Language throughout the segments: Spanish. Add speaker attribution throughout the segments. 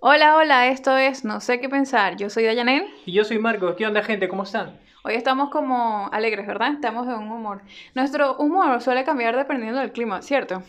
Speaker 1: Hola, hola, esto es No sé qué pensar. Yo soy Dayanel.
Speaker 2: Y yo soy Marcos. ¿Qué onda, gente? ¿Cómo están?
Speaker 1: Hoy estamos como alegres, ¿verdad? Estamos de un humor. Nuestro humor suele cambiar dependiendo del clima, ¿cierto?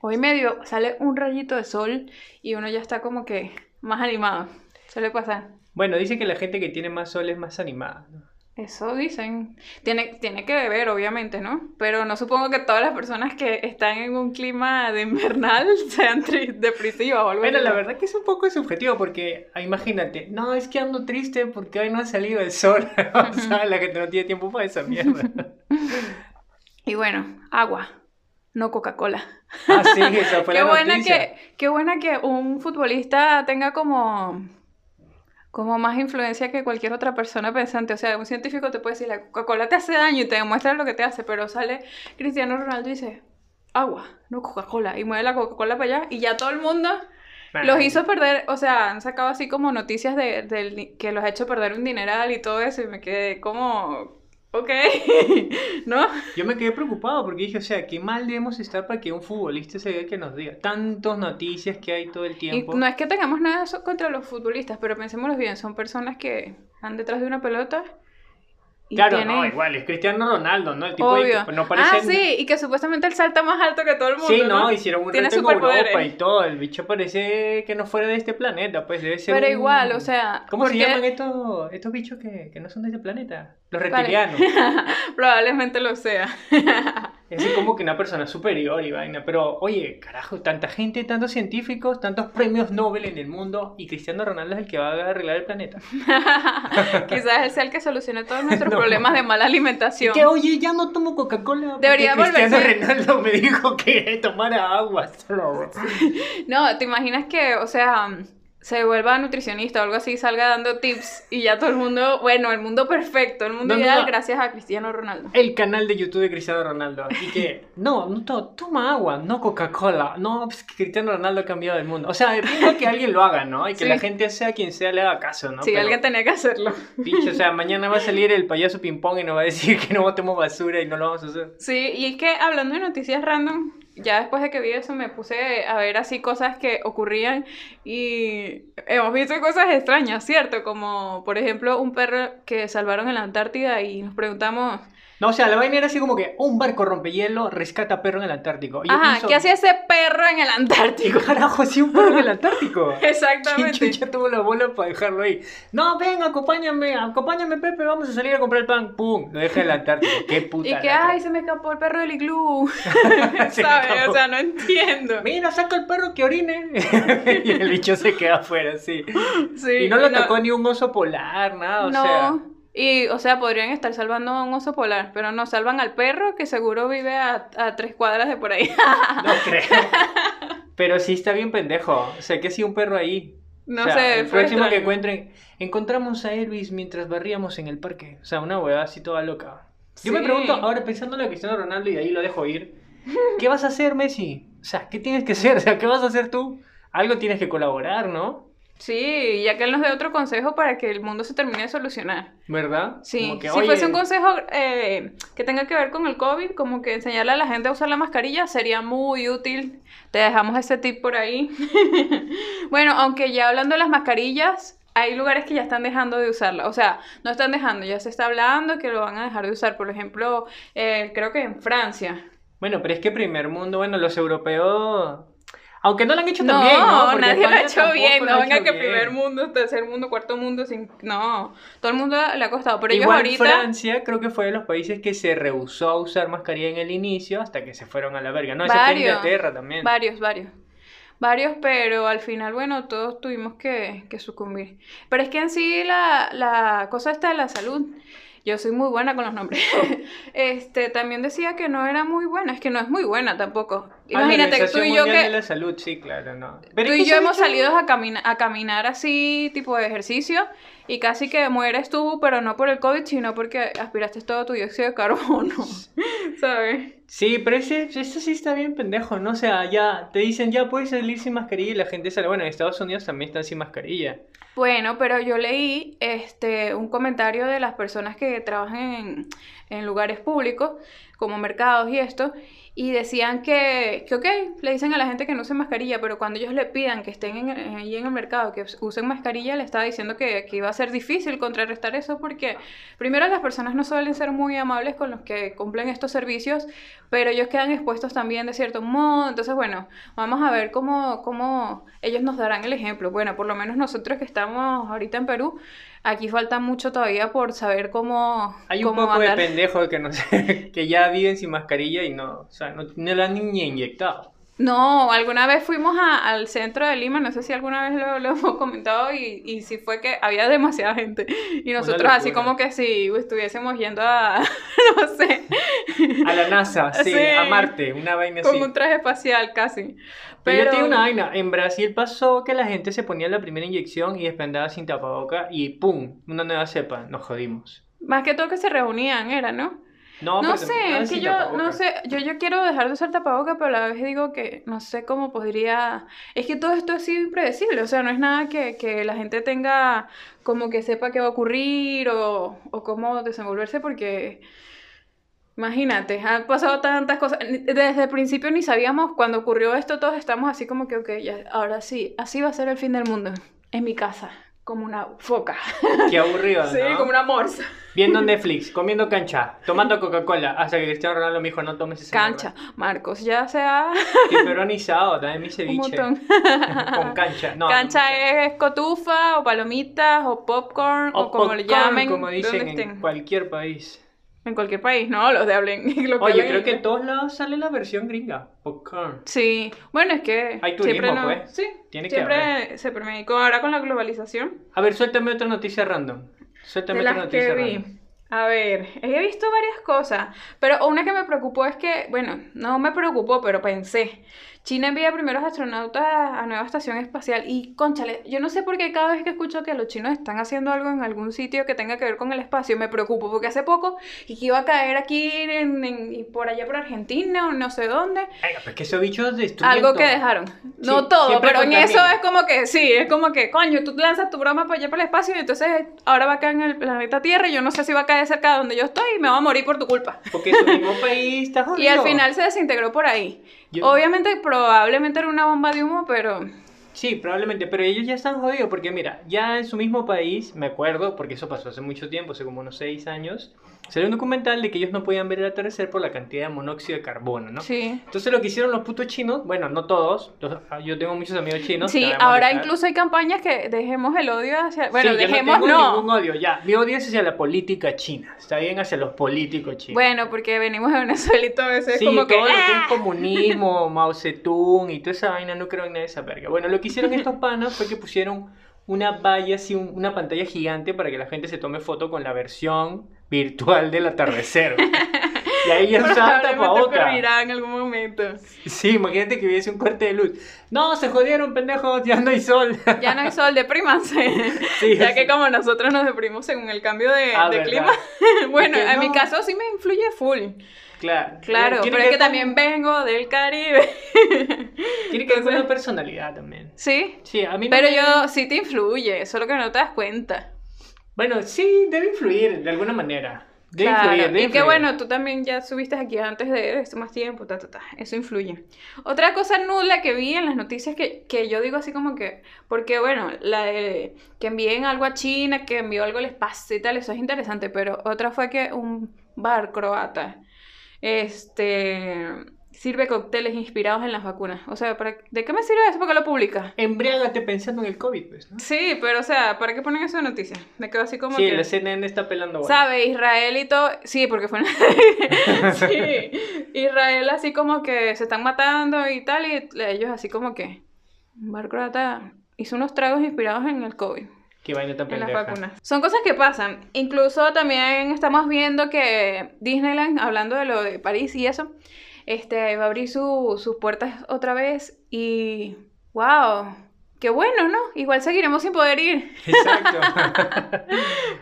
Speaker 1: Hoy medio sale un rayito de sol y uno ya está como que más animado. Suele pasar.
Speaker 2: Bueno, dice que la gente que tiene más sol es más animada. ¿no?
Speaker 1: Eso dicen. Tiene, tiene que beber, obviamente, ¿no? Pero no supongo que todas las personas que están en un clima de invernal sean tri- depresivas o algo
Speaker 2: Bueno,
Speaker 1: así.
Speaker 2: la verdad que es un poco subjetivo porque, ah, imagínate, no, es que ando triste porque hoy no ha salido el sol. o sea, la gente no tiene tiempo para esa mierda.
Speaker 1: Y bueno, agua, no Coca-Cola.
Speaker 2: ah, sí, esa fue
Speaker 1: Qué
Speaker 2: la
Speaker 1: buena,
Speaker 2: noticia.
Speaker 1: que, qué buena que un futbolista tenga como, como más influencia que cualquier otra persona pensante. O sea, un científico te puede decir, la Coca-Cola te hace daño y te demuestra lo que te hace, pero sale Cristiano Ronaldo y dice, agua, no Coca-Cola, y mueve la Coca-Cola para allá y ya todo el mundo
Speaker 2: Man,
Speaker 1: los hizo perder, o sea, han sacado así como noticias de, del di- que los ha hecho perder un dineral y todo eso, y me quedé como, ok, ¿no?
Speaker 2: Yo me quedé preocupado porque dije, o sea, qué mal debemos estar para que un futbolista sea el que nos diga tantas noticias que hay todo el
Speaker 1: Y
Speaker 2: tiempo.
Speaker 1: no es que tengamos nada so- contra los futbolistas, pero pensémoslo bien, son personas que van detrás de una pelota y
Speaker 2: Claro,
Speaker 1: tienen...
Speaker 2: no, igual, es Cristiano Ronaldo, ¿no? El tipo de-
Speaker 1: Obvio.
Speaker 2: no parece...
Speaker 1: Ah, sí, y que supuestamente él salta más alto que todo el mundo,
Speaker 2: Sí, no,
Speaker 1: ¿no?
Speaker 2: hicieron un
Speaker 1: Tiene
Speaker 2: reto con Europa
Speaker 1: superpoderes.
Speaker 2: y todo. El bicho parece que no fuera de este planeta, pues debe ser.
Speaker 1: Pero
Speaker 2: un-
Speaker 1: igual, o sea...
Speaker 2: ¿Cómo se
Speaker 1: porque
Speaker 2: llaman estos, estos bichos que, que no son de este planeta? Los
Speaker 1: Vale.
Speaker 2: reptilianos.
Speaker 1: Probablemente lo sea.
Speaker 2: Es así como que una persona superior y vaina. Pero, oye, carajo, tanta gente, tantos científicos, tantos premios Nobel en el mundo y Cristiano Ronaldo es el que va a arreglar el planeta.
Speaker 1: Quizás él sea el que solucione todos nuestros
Speaker 2: No.
Speaker 1: problemas de mala alimentación.
Speaker 2: Que, oye, ya no tomo Coca-Cola. porque
Speaker 1: Debería
Speaker 2: Cristiano
Speaker 1: volverse-
Speaker 2: Ronaldo me dijo que tomara agua.
Speaker 1: No, ¿te imaginas que, o sea, se vuelva nutricionista o algo así, salga dando tips y ya todo el mundo, bueno, el mundo perfecto, el mundo
Speaker 2: No, no,
Speaker 1: ideal
Speaker 2: no.
Speaker 1: gracias a Cristiano Ronaldo?
Speaker 2: el canal de YouTube de Cristiano Ronaldo. Y que, no, no to- toma agua, no Coca-Cola. No, pues, que Cristiano Ronaldo ha cambiado el mundo. O sea, depende que alguien lo haga, ¿no? Y que
Speaker 1: Sí.
Speaker 2: la gente, sea quien sea, le haga caso, ¿no?
Speaker 1: sí,
Speaker 2: Pero,
Speaker 1: alguien tenía que hacerlo.
Speaker 2: picho, o sea, mañana va a salir el payaso ping-pong y nos va a decir que no botemos basura y no lo vamos a hacer.
Speaker 1: Sí, y es que hablando de noticias random, ya después de que vi eso me puse a ver así cosas que ocurrían y hemos visto cosas extrañas, ¿cierto? Como, por ejemplo, un perro que salvaron en la Antártida y nos preguntamos,
Speaker 2: No, o sea, la vaina era así como que un barco rompehielo rescata perro en el Antártico. Y yo
Speaker 1: ajá,
Speaker 2: pienso,
Speaker 1: ¿qué hacía ese perro en el Antártico?
Speaker 2: "¿Qué Carajo, sí, un perro en el Antártico. ¿Quién
Speaker 1: Exactamente.
Speaker 2: chucha tuvo la bola para dejarlo ahí? No, ven, acompáñame, acompáñame, Pepe, vamos a salir a comprar el pan. ¡Pum! Lo deja en el Antártico. ¡Qué puta!
Speaker 1: Y que,
Speaker 2: lacra.
Speaker 1: ay, se me escapó el perro del iglú.
Speaker 2: Se
Speaker 1: ¿Sabes?
Speaker 2: acabó.
Speaker 1: O sea, no entiendo.
Speaker 2: Mira, saca el perro que orine. y el bicho se queda afuera, sí.
Speaker 1: Sí,
Speaker 2: y no lo tocó ni un oso polar, nada, o
Speaker 1: no.
Speaker 2: sea.
Speaker 1: Y, o sea, podrían estar salvando a un oso polar, pero no, salvan al perro que seguro vive a, a tres cuadras de por ahí.
Speaker 2: No creo. Pero sí está bien pendejo. O sea, que sí un perro ahí.
Speaker 1: No
Speaker 2: O sea,
Speaker 1: sé,
Speaker 2: El
Speaker 1: fue
Speaker 2: próximo que
Speaker 1: extraño.
Speaker 2: encuentren. Encontramos a Elvis mientras barríamos en el parque. O sea, una hueá así toda loca. Yo me
Speaker 1: Sí.
Speaker 2: pregunto, ahora pensando en lo de Cristiano Ronaldo y de ahí lo dejo ir. ¿Qué vas a hacer, Messi? O sea, ¿qué tienes que hacer? O sea, ¿qué vas a hacer tú? Algo tienes que colaborar, ¿no?
Speaker 1: Sí, ya que él nos dé otro consejo para que el mundo se termine de solucionar.
Speaker 2: ¿Verdad?
Speaker 1: Sí,
Speaker 2: Como que,
Speaker 1: si
Speaker 2: oye,
Speaker 1: fuese un consejo eh, que tenga que ver con el COVID, como que enseñarle a la gente a usar la mascarilla sería muy útil. Te dejamos ese tip por ahí. bueno, aunque ya hablando de las mascarillas, hay lugares que ya están dejando de usarla. O sea, no están dejando, ya se está hablando que lo van a dejar de usar. Por ejemplo, eh, creo que en Francia.
Speaker 2: Bueno, pero es que primer mundo, bueno, los europeos. Aunque no lo han hecho
Speaker 1: No,
Speaker 2: tan bien, ¿no? Porque
Speaker 1: nadie lo ha
Speaker 2: España
Speaker 1: hecho
Speaker 2: tampoco
Speaker 1: bien.
Speaker 2: lo ha
Speaker 1: No venga
Speaker 2: hecho
Speaker 1: que
Speaker 2: bien.
Speaker 1: primer mundo, tercer mundo, cuarto mundo, sin... no. Todo el mundo le ha costado. Pero ellos
Speaker 2: Igual
Speaker 1: ahorita.
Speaker 2: Francia creo que fue de los países que se rehusó a usar mascarilla en el inicio hasta que se fueron a la verga. No, ese fue
Speaker 1: Varios.
Speaker 2: Inglaterra también.
Speaker 1: Varios, varios. Varios, pero al final, bueno, todos tuvimos que, que sucumbir. Pero es que en sí la, la cosa está de la salud. Yo soy muy buena con los nombres. este, también decía que no era muy buena, es que no es muy buena tampoco.
Speaker 2: Ah, la
Speaker 1: Imagínate, tú
Speaker 2: Organización
Speaker 1: y yo
Speaker 2: Mundial de
Speaker 1: que
Speaker 2: la salud, sí, claro, no. Pero
Speaker 1: tú
Speaker 2: es
Speaker 1: y
Speaker 2: que
Speaker 1: yo
Speaker 2: eso
Speaker 1: hemos
Speaker 2: es-
Speaker 1: salido a, camina- a caminar así, tipo de ejercicio, y casi que mueres tú, pero no por el COVID, sino porque aspiraste todo tu dióxido de carbono. ¿Sabes?
Speaker 2: Sí, pero ese, ese sí está bien pendejo, ¿no? O sea, ya te dicen, ya puedes salir sin mascarilla y la gente sale. Bueno, en Estados Unidos también están sin mascarilla.
Speaker 1: Bueno, pero yo leí este un comentario de las personas que trabajan en, en lugares públicos como mercados y esto, y decían que, que, ok, le dicen a la gente que no use mascarilla, pero cuando ellos le pidan que estén en, en- ahí en el mercado, que usen mascarilla, le estaba diciendo que, que iba a ser difícil contrarrestar eso porque primero las personas no suelen ser muy amables con los que cumplen estos servicios, pero ellos quedan expuestos también de cierto modo, entonces bueno, vamos a ver cómo, cómo ellos nos darán el ejemplo. Bueno, por lo menos nosotros que estamos ahorita en Perú, aquí falta mucho todavía por saber cómo...
Speaker 2: Hay un
Speaker 1: cómo
Speaker 2: poco de
Speaker 1: andar.
Speaker 2: pendejos que no sé, que ya viven sin mascarilla y no, o sea, no, no la han ni inyectado.
Speaker 1: No, alguna vez fuimos a- al centro de Lima, no sé si alguna vez lo, lo hemos comentado, y, y sí fue que había demasiada gente. Y
Speaker 2: Una
Speaker 1: nosotros así
Speaker 2: locura.
Speaker 1: como que si estuviésemos yendo a, no sé,
Speaker 2: A la NASA, sí,
Speaker 1: Sí.
Speaker 2: a Marte, una vaina así.
Speaker 1: con un traje espacial casi.
Speaker 2: Pero yo
Speaker 1: Pero
Speaker 2: te digo una vaina, en Brasil pasó que la gente se ponía la primera inyección y después andaba sin tapaboca y ¡pum! Una nueva cepa, nos jodimos.
Speaker 1: más que todo que se reunían, era, ¿no?
Speaker 2: No,
Speaker 1: No
Speaker 2: porque
Speaker 1: sé,
Speaker 2: andaban
Speaker 1: es que
Speaker 2: sin
Speaker 1: yo, no
Speaker 2: tapaboca.
Speaker 1: sé, yo, yo quiero dejar de usar tapabocas, pero a la vez digo que no sé cómo podría... Es que todo esto ha sido impredecible, o sea, no es nada que, que la gente tenga como que sepa qué va a ocurrir o, o cómo desenvolverse, porque imagínate, han pasado tantas cosas. Ni- Desde el principio ni sabíamos cuando ocurrió esto, todos estamos así como que, ok, ya, ahora sí, así va a ser el fin del mundo, en mi casa, como una foca,
Speaker 2: Qué aburrido,
Speaker 1: sí,
Speaker 2: ¿no?
Speaker 1: como una morsa.
Speaker 2: Viendo Netflix, comiendo cancha, tomando Coca-Cola, hasta que Cristiano Ronaldo me dijo, no tomes esa
Speaker 1: Cancha, Marcos, ya se ha...
Speaker 2: mierda". Tiperonizado, dame mi ceviche.
Speaker 1: Un montón.
Speaker 2: Con cancha. No,
Speaker 1: Cancha
Speaker 2: no,
Speaker 1: es cotufa o palomitas o popcorn o,
Speaker 2: O
Speaker 1: como le
Speaker 2: popcorn,
Speaker 1: llamen.
Speaker 2: como dicen
Speaker 1: donde
Speaker 2: en
Speaker 1: estén.
Speaker 2: cualquier país.
Speaker 1: En cualquier país, ¿no? Los de hablen. lo que
Speaker 2: Oye,
Speaker 1: hablen
Speaker 2: creo que en
Speaker 1: inglés.
Speaker 2: todos lados sale la versión gringa. Popcorn.
Speaker 1: Sí, bueno, es que
Speaker 2: Hay
Speaker 1: siempre
Speaker 2: turismo,
Speaker 1: no-
Speaker 2: pues.
Speaker 1: Sí,
Speaker 2: Tiene que
Speaker 1: siempre se permitió. Ahora con la globalización,
Speaker 2: A ver, suéltame otra noticia random. Suéltame
Speaker 1: de
Speaker 2: otra
Speaker 1: las que
Speaker 2: noticia
Speaker 1: vi.
Speaker 2: random.
Speaker 1: A ver, he visto varias cosas, pero una que me preocupó es que, bueno, no me preocupó, pero pensé, China envía primeros astronautas a nueva estación espacial y, conchale, yo no sé por qué cada vez que escucho que los chinos están haciendo algo en algún sitio que tenga que ver con el espacio, me preocupo, porque hace poco y que iba a caer aquí en- en- y por allá por Argentina o no sé dónde,
Speaker 2: Venga, pues que esos bichos destruyen
Speaker 1: algo que
Speaker 2: todo.
Speaker 1: dejaron. No
Speaker 2: Sí,
Speaker 1: todo,
Speaker 2: siempre
Speaker 1: pero en eso
Speaker 2: contaminan.
Speaker 1: es como que sí, es como que, coño, tú lanzas tu broma para allá para el espacio y entonces ahora va a caer en el planeta Tierra y yo no sé si va a caer cerca de donde yo estoy y me va a morir por tu culpa.
Speaker 2: Porque su mismo país está jodido.
Speaker 1: Y al final se desintegró por ahí.
Speaker 2: Oh, Yo-
Speaker 1: Obviamente, probablemente era una bomba de humo, pero
Speaker 2: Sí, probablemente, pero ellos ya están jodidos porque mira, ya en su mismo país, me acuerdo, porque eso pasó hace mucho tiempo, hace como unos seis años, salió un documental de que ellos no podían ver el atardecer por la cantidad de monóxido de carbono, ¿no?
Speaker 1: sí.
Speaker 2: Entonces lo que hicieron los putos chinos, bueno, no todos, yo- yo tengo muchos amigos chinos. te
Speaker 1: sí,
Speaker 2: voy a
Speaker 1: ahora
Speaker 2: molestar.
Speaker 1: incluso hay campañas que dejemos el odio hacia... Bueno,
Speaker 2: Sí, yo
Speaker 1: dejemos
Speaker 2: no.
Speaker 1: no.
Speaker 2: tengo ningún odio, ya. Mi odio es hacia la política china, está bien hacia los políticos chinos.
Speaker 1: Bueno, porque venimos de Venezuela y todo eso es
Speaker 2: Sí,
Speaker 1: como que...
Speaker 2: todo lo que
Speaker 1: ¡ah!
Speaker 2: es comunismo, Mao Zedong y toda esa vaina, no creo en nada de esa verga. Bueno, lo que hicieron estos panas fue que pusieron una valla, así, un- una pantalla gigante para que la gente se tome foto con la versión virtual del atardecer. y ahí ya usaban
Speaker 1: Probablemente
Speaker 2: tapabocas.
Speaker 1: ocurrirá en algún momento.
Speaker 2: Sí, imagínate que hubiese un corte de luz. No, se jodieron, pendejos, ya no hay sol.
Speaker 1: Ya no hay sol, deprímanse.
Speaker 2: Sí,
Speaker 1: ya que
Speaker 2: sí.
Speaker 1: como nosotros nos deprimimos según el cambio de,
Speaker 2: Ah,
Speaker 1: de
Speaker 2: ¿verdad?
Speaker 1: clima. bueno,
Speaker 2: Es que
Speaker 1: en mi
Speaker 2: no.
Speaker 1: caso sí me influye full.
Speaker 2: Claro.
Speaker 1: Claro,
Speaker 2: Tiene
Speaker 1: pero es que
Speaker 2: ver con-
Speaker 1: también vengo del Caribe.
Speaker 2: Tiene que ver con
Speaker 1: entonces-
Speaker 2: la personalidad también.
Speaker 1: sí.
Speaker 2: Sí, a mí no
Speaker 1: Pero
Speaker 2: me-
Speaker 1: yo sí te influye, solo que no te das cuenta.
Speaker 2: Bueno, sí, debe influir de alguna manera. Debe
Speaker 1: Claro,
Speaker 2: influir, debe
Speaker 1: y que
Speaker 2: influir.
Speaker 1: bueno, tú también ya subiste aquí antes de esto más tiempo, ta, ta, ta, eso influye. Otra cosa nula que vi en las noticias que, que yo digo así como que, porque bueno, la de que envíen algo a China, que envió algo al espacio y tal, eso es interesante, pero otra fue que un bar croata, este, sirve cócteles inspirados en las vacunas. O sea, ¿para- ¿de qué me sirve eso? ¿Para qué lo publica?
Speaker 2: Embriágate pensando en el COVID, pues, ¿no?
Speaker 1: Sí, pero o sea, ¿para qué ponen eso en noticias? Me quedo así como
Speaker 2: Sí,
Speaker 1: que...
Speaker 2: la CNN está pelando. bola.
Speaker 1: ¿Sabe? Israel y todo. Sí, porque fue. sí. Israel, así como que se están matando y tal. Y ellos, así como que. un Bar croata hizo unos tragos inspirados en el COVID,
Speaker 2: Qué vaina tan
Speaker 1: en las
Speaker 2: pendeja.
Speaker 1: vacunas. Son cosas que pasan. Incluso también estamos viendo que Disneyland, hablando de lo de París y eso, este, va a abrir su- sus puertas otra vez. Y. ¡Wow! Qué bueno, ¿no? Igual seguiremos sin poder ir.
Speaker 2: Exacto.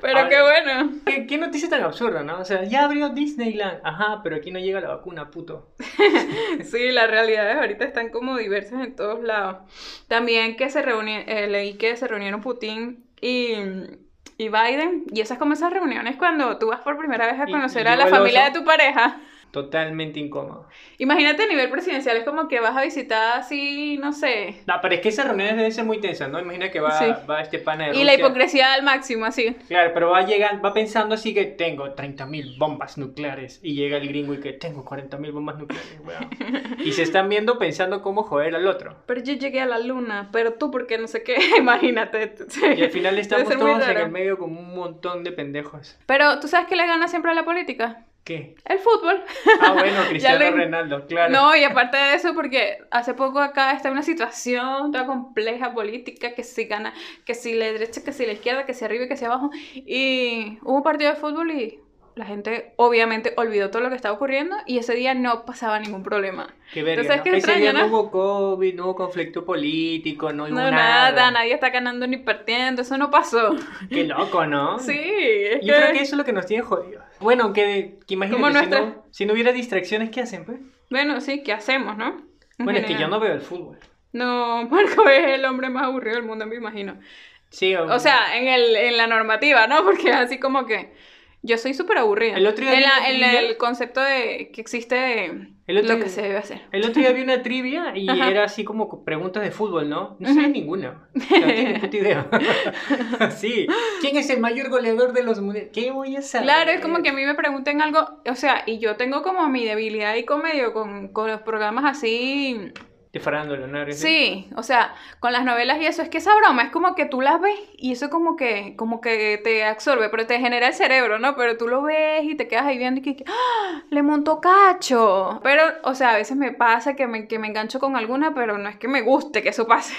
Speaker 1: Pero
Speaker 2: Ahora-
Speaker 1: qué bueno.
Speaker 2: ¿Qué, qué noticia tan absurda, ¿no? O sea, ya abrió Disneyland. Ajá, pero aquí no llega la vacuna, puto.
Speaker 1: Sí, las realidades ahorita están como diversas en todos lados. También que se reunieron, leí que se reunieron Putin y, y Biden, y esas como esas reuniones cuando tú vas por primera vez a
Speaker 2: Y-
Speaker 1: conocer
Speaker 2: y
Speaker 1: a la
Speaker 2: llegó el
Speaker 1: familia de
Speaker 2: oso.
Speaker 1: tu pareja.
Speaker 2: Totalmente incómodo.
Speaker 1: Imagínate a nivel presidencial, es como que vas a visitar así, no sé.
Speaker 2: No, pero es que esas reuniones deben ser muy tensas, ¿no? Imagina que va,
Speaker 1: Sí.
Speaker 2: va este pana de
Speaker 1: Y la
Speaker 2: Rusia.
Speaker 1: hipocresía al máximo, así.
Speaker 2: Claro, pero va llegando, va pensando así que tengo 30.000 bombas nucleares y llega el gringo y que tengo 40.000 bombas nucleares, weón. Y se están viendo pensando cómo joder al otro.
Speaker 1: Pero yo llegué a la luna, pero tú porque no sé qué, imagínate.
Speaker 2: Y al final estamos
Speaker 1: ser muy
Speaker 2: todos en
Speaker 1: raro.
Speaker 2: el medio como un montón de pendejos.
Speaker 1: Pero tú sabes que le gana siempre a la política.
Speaker 2: ¿Qué?
Speaker 1: El fútbol.
Speaker 2: Ah, bueno, Cristiano
Speaker 1: le-
Speaker 2: Ronaldo, claro.
Speaker 1: No, y aparte de eso, porque hace poco acá está una situación toda compleja política, que si gana, que si la derecha, que si la izquierda, que si arriba y que si abajo. Y hubo un partido de fútbol y la gente obviamente olvidó todo lo que estaba ocurriendo y ese día no pasaba ningún problema.
Speaker 2: Qué verga,
Speaker 1: Entonces,
Speaker 2: ¿no?
Speaker 1: qué
Speaker 2: Ese día
Speaker 1: extraño,
Speaker 2: no
Speaker 1: ¿no?
Speaker 2: hubo COVID, no hubo conflicto político, no hubo
Speaker 1: No, nada,
Speaker 2: nada.
Speaker 1: nadie está ganando ni partiendo, eso no pasó.
Speaker 2: Qué loco, ¿no?
Speaker 1: Sí, es
Speaker 2: Yo creo que
Speaker 1: que-
Speaker 2: eso es lo que nos tiene jodidos. Bueno, que, que imagínate,
Speaker 1: Como
Speaker 2: si,
Speaker 1: nuestra-
Speaker 2: no, si no hubiera distracciones, ¿qué hacen, pues?
Speaker 1: Bueno, sí, ¿qué hacemos, no? En
Speaker 2: Bueno, es que yo
Speaker 1: general.
Speaker 2: no veo el fútbol.
Speaker 1: No, Marco es el hombre más aburrido del mundo, me imagino.
Speaker 2: Sí,
Speaker 1: O sea, en, el, en la normativa, ¿no? Porque es así como que yo soy súper aburrida.
Speaker 2: El otro día
Speaker 1: en, la-
Speaker 2: vi
Speaker 1: en
Speaker 2: una-
Speaker 1: el concepto de que existe de
Speaker 2: El otro
Speaker 1: lo
Speaker 2: día-
Speaker 1: que se debe hacer.
Speaker 2: El otro día vi una trivia y
Speaker 1: Ajá.
Speaker 2: era así como co- preguntas de fútbol, ¿no? No sabía ninguna. No tenía ni puta idea. sí. ¿Quién es el mayor goleador de los mundiales? ¿Qué voy a saber?
Speaker 1: Claro, es como que a mí me pregunten algo, o sea, y yo tengo como mi debilidad ahí con medio, con, con los programas así.
Speaker 2: De farándula, ¿no?
Speaker 1: Sí, o sea, con las novelas y eso, es que esa broma es como que tú las ves y eso como que, como que te absorbe, pero te genera el cerebro, ¿no? Pero tú lo ves y te quedas ahí viendo y que, que, ¡ah! le montó cacho. Pero, o sea, a veces me pasa que me, que me engancho con alguna, pero no es que me guste que eso pase.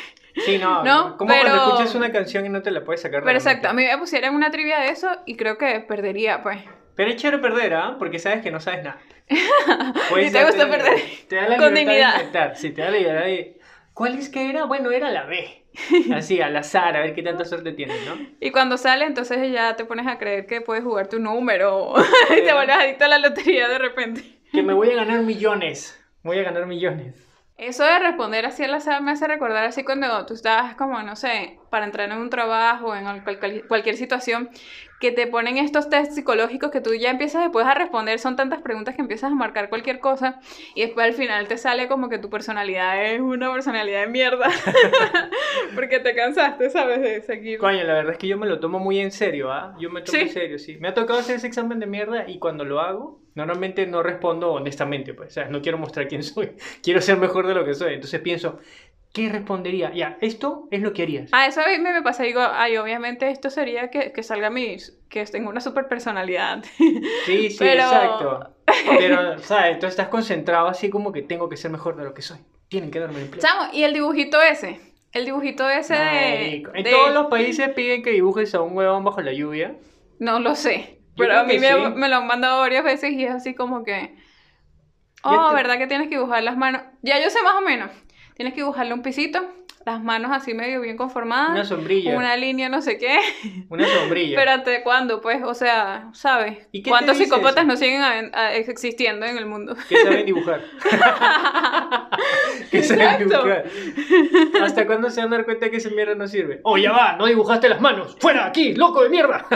Speaker 2: Sí, no.
Speaker 1: No,
Speaker 2: como
Speaker 1: pero-
Speaker 2: cuando escuchas una canción y no te la puedes sacar. de
Speaker 1: Pero
Speaker 2: la mente.
Speaker 1: exacto, a mí me pusieran una trivia de eso y creo que perdería, pues.
Speaker 2: Pero es chévere perder, ¿ah? Porque sabes que no sabes nada.
Speaker 1: Y te gusta
Speaker 2: darte-
Speaker 1: perder
Speaker 2: Te da la
Speaker 1: con
Speaker 2: libertad de
Speaker 1: dignidad.
Speaker 2: inventar. Sí, te da la libertad de... ¿Cuál es que era? Bueno, era la B. Así, al azar, a ver qué tanta suerte tienes, ¿no?
Speaker 1: Y cuando sale, entonces ya te pones a creer que puedes jugar tu número y te vuelves adicto a la lotería de repente.
Speaker 2: Que me voy a ganar millones. Voy a ganar millones.
Speaker 1: Eso de responder así al azar me hace recordar así cuando tú estabas como, no sé, para entrar en un trabajo, en al- cual- cual- cualquier situación, que te ponen estos test psicológicos que tú ya empiezas después a responder, son tantas preguntas que empiezas a marcar cualquier cosa y después al final te sale como que tu personalidad es una personalidad de mierda, porque te cansaste, ¿sabes? De seguir.
Speaker 2: Coño, la verdad es que yo me lo tomo muy en serio, ¿ah? Yo me tomo
Speaker 1: Sí.
Speaker 2: en serio, sí. Me ha tocado hacer ese examen de mierda y cuando lo hago, normalmente no respondo honestamente, pues. O sea, no quiero mostrar quién soy. Quiero ser mejor de lo que soy. Entonces pienso, ¿qué respondería? Ya, esto es lo que harías.
Speaker 1: Ah, eso a mí me me pasa, digo, ay, obviamente esto sería que, que salga mi, que tengo una super personalidad.
Speaker 2: Sí, sí,
Speaker 1: pero-
Speaker 2: exacto. Pero, ¿sabes? Tú estás concentrado así como que tengo que ser mejor de lo que soy. Tienen que darme el empleo.
Speaker 1: Chamo, y el dibujito ese. El dibujito ese de,
Speaker 2: Marico. En
Speaker 1: de-
Speaker 2: todos los países piden que dibujes a un huevón bajo la lluvia.
Speaker 1: No lo sé.
Speaker 2: Yo
Speaker 1: Pero
Speaker 2: creo
Speaker 1: a mí
Speaker 2: que
Speaker 1: me,
Speaker 2: sí.
Speaker 1: me lo han mandado varias veces y es así como que.
Speaker 2: Yo
Speaker 1: Oh,
Speaker 2: te-
Speaker 1: ¿verdad que tienes que dibujar las manos? Ya yo sé más o menos. Tienes que dibujarle un pisito, las manos así medio bien
Speaker 2: Una
Speaker 1: conformadas,
Speaker 2: sombrilla. Una,
Speaker 1: Ah, una línea no sé qué.
Speaker 2: sombrilla.
Speaker 1: Pero ¿hasta cuándo? Pues, o sea, ¿sabes?
Speaker 2: ¿Y qué te
Speaker 1: ¿Cuántos
Speaker 2: dice
Speaker 1: psicópatas
Speaker 2: eso?
Speaker 1: no siguen a- a- existiendo en el mundo?
Speaker 2: que saben dibujar. que saben
Speaker 1: Exacto.
Speaker 2: dibujar. ¿Hasta cuándo se van a dar cuenta que esa mierda no sirve? ¡Oh, ya va! ¡No dibujaste las manos! ¡Fuera de aquí, loco de mierda!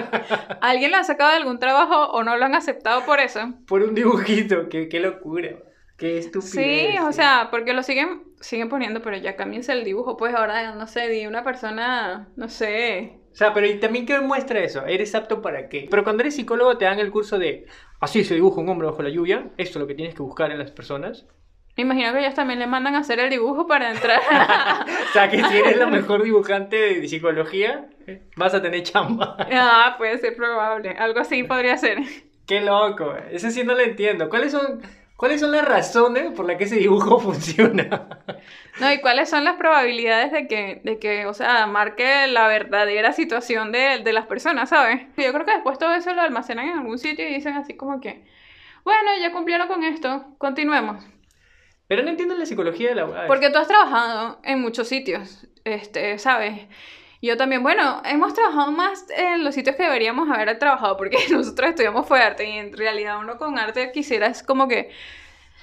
Speaker 1: ¿Alguien lo ha sacado de algún trabajo o no lo han aceptado por eso?
Speaker 2: Por un dibujito. ¡Qué, qué locura! ¡Qué estupidez!
Speaker 1: Sí, o sea, porque lo siguen, siguen poniendo, pero ya cambiense el dibujo, pues ahora, no sé, di una persona, no sé.
Speaker 2: O sea, pero ¿y también qué muestra eso? ¿Eres apto para qué? Pero cuando eres psicólogo te dan el curso de así se dibuja un hombre bajo la lluvia. Esto es lo que tienes que buscar en las personas.
Speaker 1: Me imagino que ellos también le mandan a hacer el dibujo para entrar.
Speaker 2: O sea, que si eres la mejor dibujante de psicología, vas a tener chamba.
Speaker 1: ah, puede ser probable, algo así podría ser.
Speaker 2: Qué loco, eh. ese sí no lo entiendo. ¿Cuáles son, ¿Cuáles son las razones por las que ese dibujo funciona?
Speaker 1: No, ¿y cuáles son las probabilidades de que, de que o sea, marque la verdadera situación de, de las personas, ¿sabes? Yo creo que después todo eso lo almacenan en algún sitio y dicen así como que, bueno, ya cumplieron con esto, continuemos.
Speaker 2: Pero no entiendo la psicología de la abogada.
Speaker 1: Porque tú has trabajado en muchos sitios, este, ¿sabes? Yo también, bueno, hemos trabajado más en los sitios que deberíamos haber trabajado, porque nosotros estudiamos fue arte y en realidad uno con arte quisiera es como que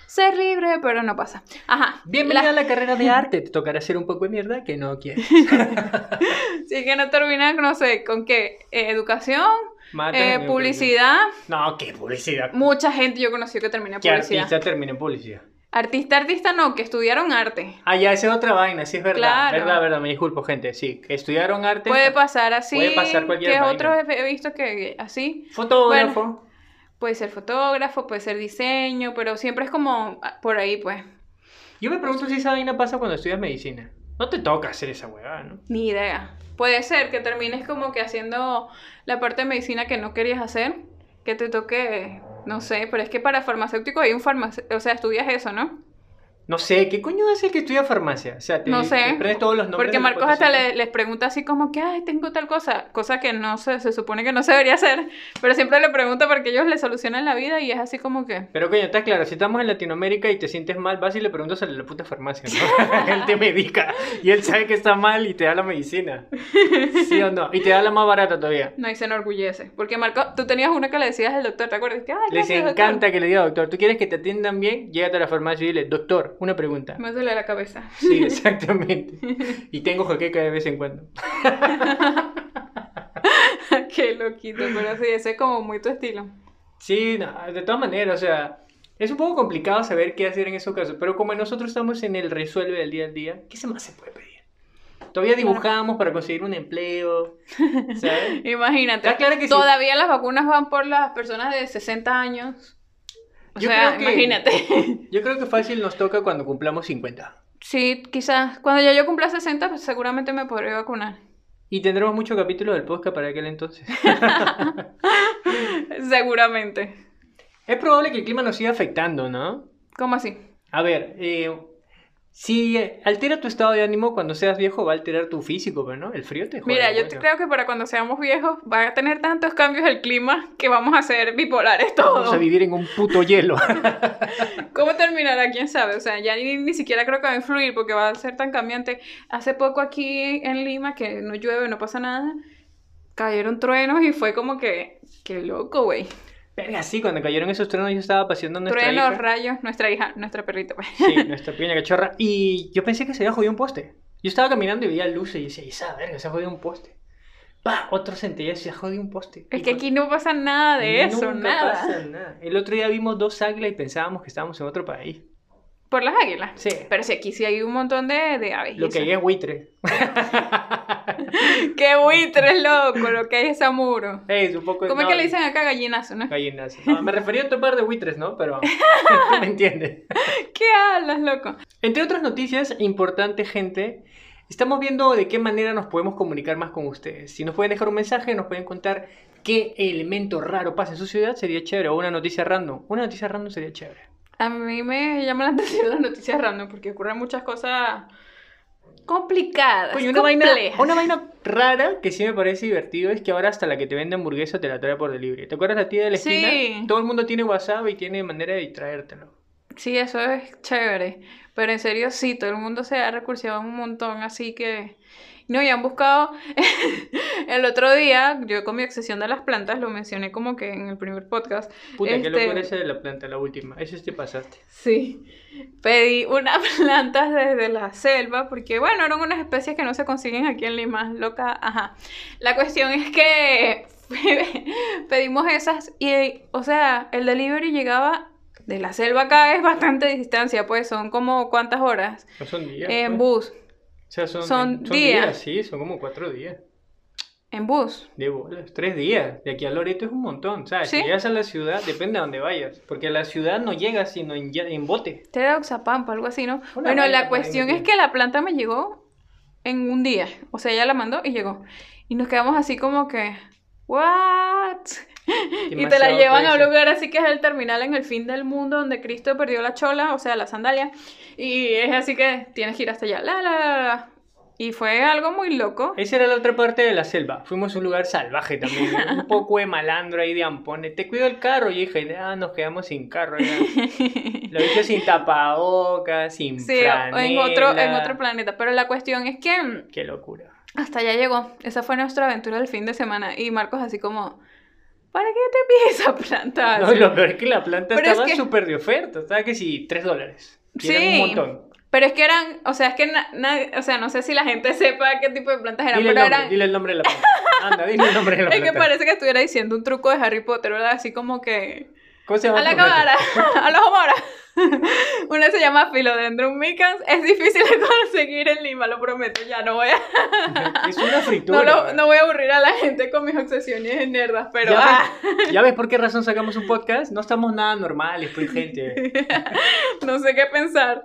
Speaker 1: ser libre, pero no pasa. Ajá.
Speaker 2: Bienvenida
Speaker 1: La-
Speaker 2: a la carrera de arte. Te tocará hacer un poco de mierda que no quieres.
Speaker 1: Sí que no termina, no sé, con qué, eh, educación,
Speaker 2: Maten
Speaker 1: Eh,
Speaker 2: en
Speaker 1: publicidad,
Speaker 2: No, qué publicidad.
Speaker 1: mucha gente yo conocí que termina en
Speaker 2: Que
Speaker 1: publicidad.
Speaker 2: artista termina en publicidad.
Speaker 1: Artista, artista no, que estudiaron arte.
Speaker 2: Ah, ya, esa es otra vaina, sí es verdad.
Speaker 1: Claro.
Speaker 2: Verdad, verdad, me disculpo, gente. Sí, que estudiaron arte.
Speaker 1: Puede pasar así.
Speaker 2: Puede pasar cualquier
Speaker 1: Que
Speaker 2: vaina.
Speaker 1: otros he he visto que así.
Speaker 2: Fotógrafo.
Speaker 1: Puede ser fotógrafo, puede ser diseño, pero siempre es como ah, por ahí, pues.
Speaker 2: Yo me pregunto si esa vaina pasa cuando estudias medicina. No te toca hacer esa huevada, ¿no?
Speaker 1: Ni idea. Puede ser que termines como que haciendo la parte de medicina que no querías hacer, que te toque, no sé, pero es que para farmacéutico hay un farmacéutico, o sea, estudias eso, ¿no?
Speaker 2: No sé, ¿qué coño es el que estudia farmacia? O sea, te,
Speaker 1: No sé.
Speaker 2: te aprendes todos los nombres.
Speaker 1: Porque
Speaker 2: de
Speaker 1: Marcos hasta
Speaker 2: hipótesis.
Speaker 1: le- les pregunta así como que, ay, tengo tal cosa, cosa que no se, se supone que no se debería hacer, pero siempre le pregunta porque ellos le solucionan la vida y es así como que...
Speaker 2: Pero coño, está claro, si estamos en Latinoamérica y te sientes mal, vas y le preguntas a la puta farmacia, ¿no? él te medica y él sabe que está mal y te da la medicina. ¿Sí o no? Y te da la más barata todavía.
Speaker 1: No, y se enorgullece. Porque Marcos, tú tenías una que le decías al doctor, ¿te acuerdas? Que, ay,
Speaker 2: Les
Speaker 1: gracias, doctor.
Speaker 2: encanta que le diga, doctor, ¿tú quieres que te atiendan bien? Llégate a la farmacia y dile, doctor, una pregunta.
Speaker 1: Me duele la cabeza.
Speaker 2: Sí, exactamente. Y tengo jaqueca de vez en cuando.
Speaker 1: Qué loquito, pero sí, ese es como muy tu estilo.
Speaker 2: Sí, no, de todas maneras, o sea, es un poco complicado saber qué hacer en esos casos, pero como nosotros estamos en el resuelve del día al día, ¿qué se más se puede pedir? Todavía dibujamos para conseguir un empleo, ¿sabes?
Speaker 1: Imagínate.
Speaker 2: Está claro que sí.
Speaker 1: Todavía las vacunas van por las personas de 60 años. O
Speaker 2: Yo
Speaker 1: sea,
Speaker 2: creo que-
Speaker 1: imagínate.
Speaker 2: Yo creo que fácil nos toca cuando cumplamos 50.
Speaker 1: Sí, quizás. Cuando ya yo cumpla 60, pues seguramente me podré vacunar.
Speaker 2: Y tendremos muchos capítulos del podcast para aquel entonces.
Speaker 1: Seguramente.
Speaker 2: es probable que el clima nos siga afectando, ¿no?
Speaker 1: ¿Cómo así?
Speaker 2: A ver, eh, si altera tu estado de ánimo cuando seas viejo, va a alterar tu físico, pero ¿no? El frío te jode, pues,
Speaker 1: Mira, yo
Speaker 2: bueno.
Speaker 1: te- creo que para cuando seamos viejos va a tener tantos cambios el clima que vamos a ser bipolares todos.
Speaker 2: Vamos a vivir en un puto hielo.
Speaker 1: ¿Cómo terminará? ¿Quién sabe? O sea, ya ni, ni siquiera creo que va a influir porque va a ser tan cambiante. Hace poco aquí en Lima, que no llueve, no pasa nada, cayeron truenos y fue como que, qué loco, güey.
Speaker 2: Verga, sí, cuando cayeron esos truenos yo estaba paseando a nuestra
Speaker 1: Truenos,
Speaker 2: hija.
Speaker 1: rayos, nuestra hija, nuestra perrita, pues.
Speaker 2: Sí, nuestra pequeña cachorra. Y yo pensé que se había jodido un poste. Yo estaba caminando y veía luces y decía, esa verga, se ha jodido un poste. Pa, otro centella se ha jodido un poste.
Speaker 1: Es
Speaker 2: Y
Speaker 1: que
Speaker 2: con-
Speaker 1: aquí no pasa nada de eso,
Speaker 2: pues. Nunca
Speaker 1: nada.
Speaker 2: pasa nada. El otro día vimos dos águilas y pensábamos que estábamos en otro país.
Speaker 1: Por las águilas.
Speaker 2: Sí.
Speaker 1: Pero si aquí sí hay un montón de, de aves. y
Speaker 2: Lo que
Speaker 1: eso.
Speaker 2: hay es buitre.
Speaker 1: ¡Qué buitres, loco! Lo que hay es amuro.
Speaker 2: Ey, es un poco
Speaker 1: ¿Cómo es
Speaker 2: Pues no,
Speaker 1: que le dicen acá gallinazo, no?
Speaker 2: gallinazo. No, me refería a topar de buitres, ¿no? Pero tú me entiendes.
Speaker 1: ¿Qué hablas, loco?
Speaker 2: Entre otras noticias importantes, gente, estamos viendo de qué manera nos podemos comunicar más con ustedes. Si nos pueden dejar un mensaje, nos pueden contar qué elemento raro pasa en su ciudad, sería chévere. O una noticia random. Una noticia random sería chévere.
Speaker 1: A mí me llama la atención las noticias random porque ocurren muchas cosas complicadas,
Speaker 2: Coño, una vaina,
Speaker 1: complejas.
Speaker 2: una vaina rara que sí me parece divertido es que ahora hasta la que te vende hamburguesa te la trae por delivery. ¿Te acuerdas la tía de la
Speaker 1: Sí.
Speaker 2: esquina? Todo el mundo tiene WhatsApp y tiene manera de traértelo.
Speaker 1: Sí, eso es chévere. Pero en serio, sí, todo el mundo se ha recursiado un montón, así que... No, y han buscado... el otro día, yo con mi obsesión de las plantas, lo mencioné como que en el primer podcast.
Speaker 2: Puta, qué
Speaker 1: Este-
Speaker 2: locura esa de la planta, la última. Eso te pasaste.
Speaker 1: Sí, pedí unas plantas desde la selva porque, bueno, eran unas especies que no se consiguen aquí en Lima, loca, ajá. La cuestión es que pedimos esas y, o sea, el delivery llegaba de la selva acá, es bastante distancia, pues son como cuántas horas
Speaker 2: No son días.
Speaker 1: en bus,
Speaker 2: pues. O sea, son,
Speaker 1: Eh, son
Speaker 2: son
Speaker 1: días.
Speaker 2: días, sí, son como cuatro días.
Speaker 1: en bus.
Speaker 2: De bolas, tres días. De aquí a Loreto es un montón. ¿Sabes?
Speaker 1: Sí.
Speaker 2: Si llegas a la ciudad, depende a dónde vayas. Porque a la ciudad no llegas sino en, ya- en bote.
Speaker 1: Este era de Oxapampa, algo así, ¿no? bueno,
Speaker 2: vaina
Speaker 1: la
Speaker 2: por ahí
Speaker 1: cuestión es
Speaker 2: metida.
Speaker 1: que la planta me llegó en un día. O sea, ella la mandó y llegó. Y nos quedamos así como que, ¿what? Y te la
Speaker 2: Demasiado
Speaker 1: llevan a un
Speaker 2: precio.
Speaker 1: lugar así que es el terminal en el fin del mundo donde Cristo perdió la chola, o sea, la sandalia. Y es así que tienes que ir hasta allá. La, la, la, la. Y fue algo muy loco.
Speaker 2: Esa era la otra parte de la selva. Fuimos a un lugar salvaje también. ¿no? Un poco de malandro ahí de ampones. Te cuido el carro. Y dije, ah, nos quedamos sin carro. ya". Lo dije sin tapabocas, sin
Speaker 1: Sí, en otro, en
Speaker 2: franela.
Speaker 1: otro planeta. Pero la cuestión es que mm,
Speaker 2: Qué locura.
Speaker 1: Hasta allá llegó. Esa fue nuestra aventura del fin de semana. Y Marcos así como, ¿para qué te pides esa planta?
Speaker 2: No,
Speaker 1: Así.
Speaker 2: lo peor es que la planta
Speaker 1: Ah, Pero es
Speaker 2: estaba
Speaker 1: que-
Speaker 2: súper de oferta. Estaba que sí, tres dólares. Y
Speaker 1: Sí.
Speaker 2: Era un montón.
Speaker 1: Pero es que eran, o sea, es que, na- na- o sea, no sé si la gente sepa qué tipo de plantas eran,
Speaker 2: Dile el
Speaker 1: pero
Speaker 2: nombre,
Speaker 1: eran...
Speaker 2: dile el nombre de la planta. Anda, dile el nombre de la
Speaker 1: Es que
Speaker 2: planta.
Speaker 1: parece que estuviera diciendo un truco de Harry Potter, ¿verdad? Así como que...
Speaker 2: ¿Cómo se llama?
Speaker 1: A la
Speaker 2: tu planta?
Speaker 1: cámara, a los homoras. Una se llama Philodendron micans. Es difícil de conseguir en Lima, lo prometo. Ya no voy a,
Speaker 2: Es una fritura.
Speaker 1: no, lo- no voy a aburrir a la gente con mis obsesiones nerdas, pero.
Speaker 2: ya,
Speaker 1: ah,
Speaker 2: ves, ya ves por qué razón sacamos un podcast. No estamos nada normales, pues gente.
Speaker 1: no sé qué pensar.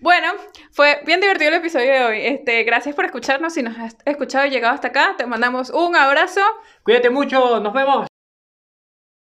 Speaker 1: Bueno, fue bien divertido el episodio de hoy. Este, gracias por escucharnos. Si nos has escuchado y llegado hasta acá, te mandamos un abrazo.
Speaker 2: Cuídate mucho, nos vemos.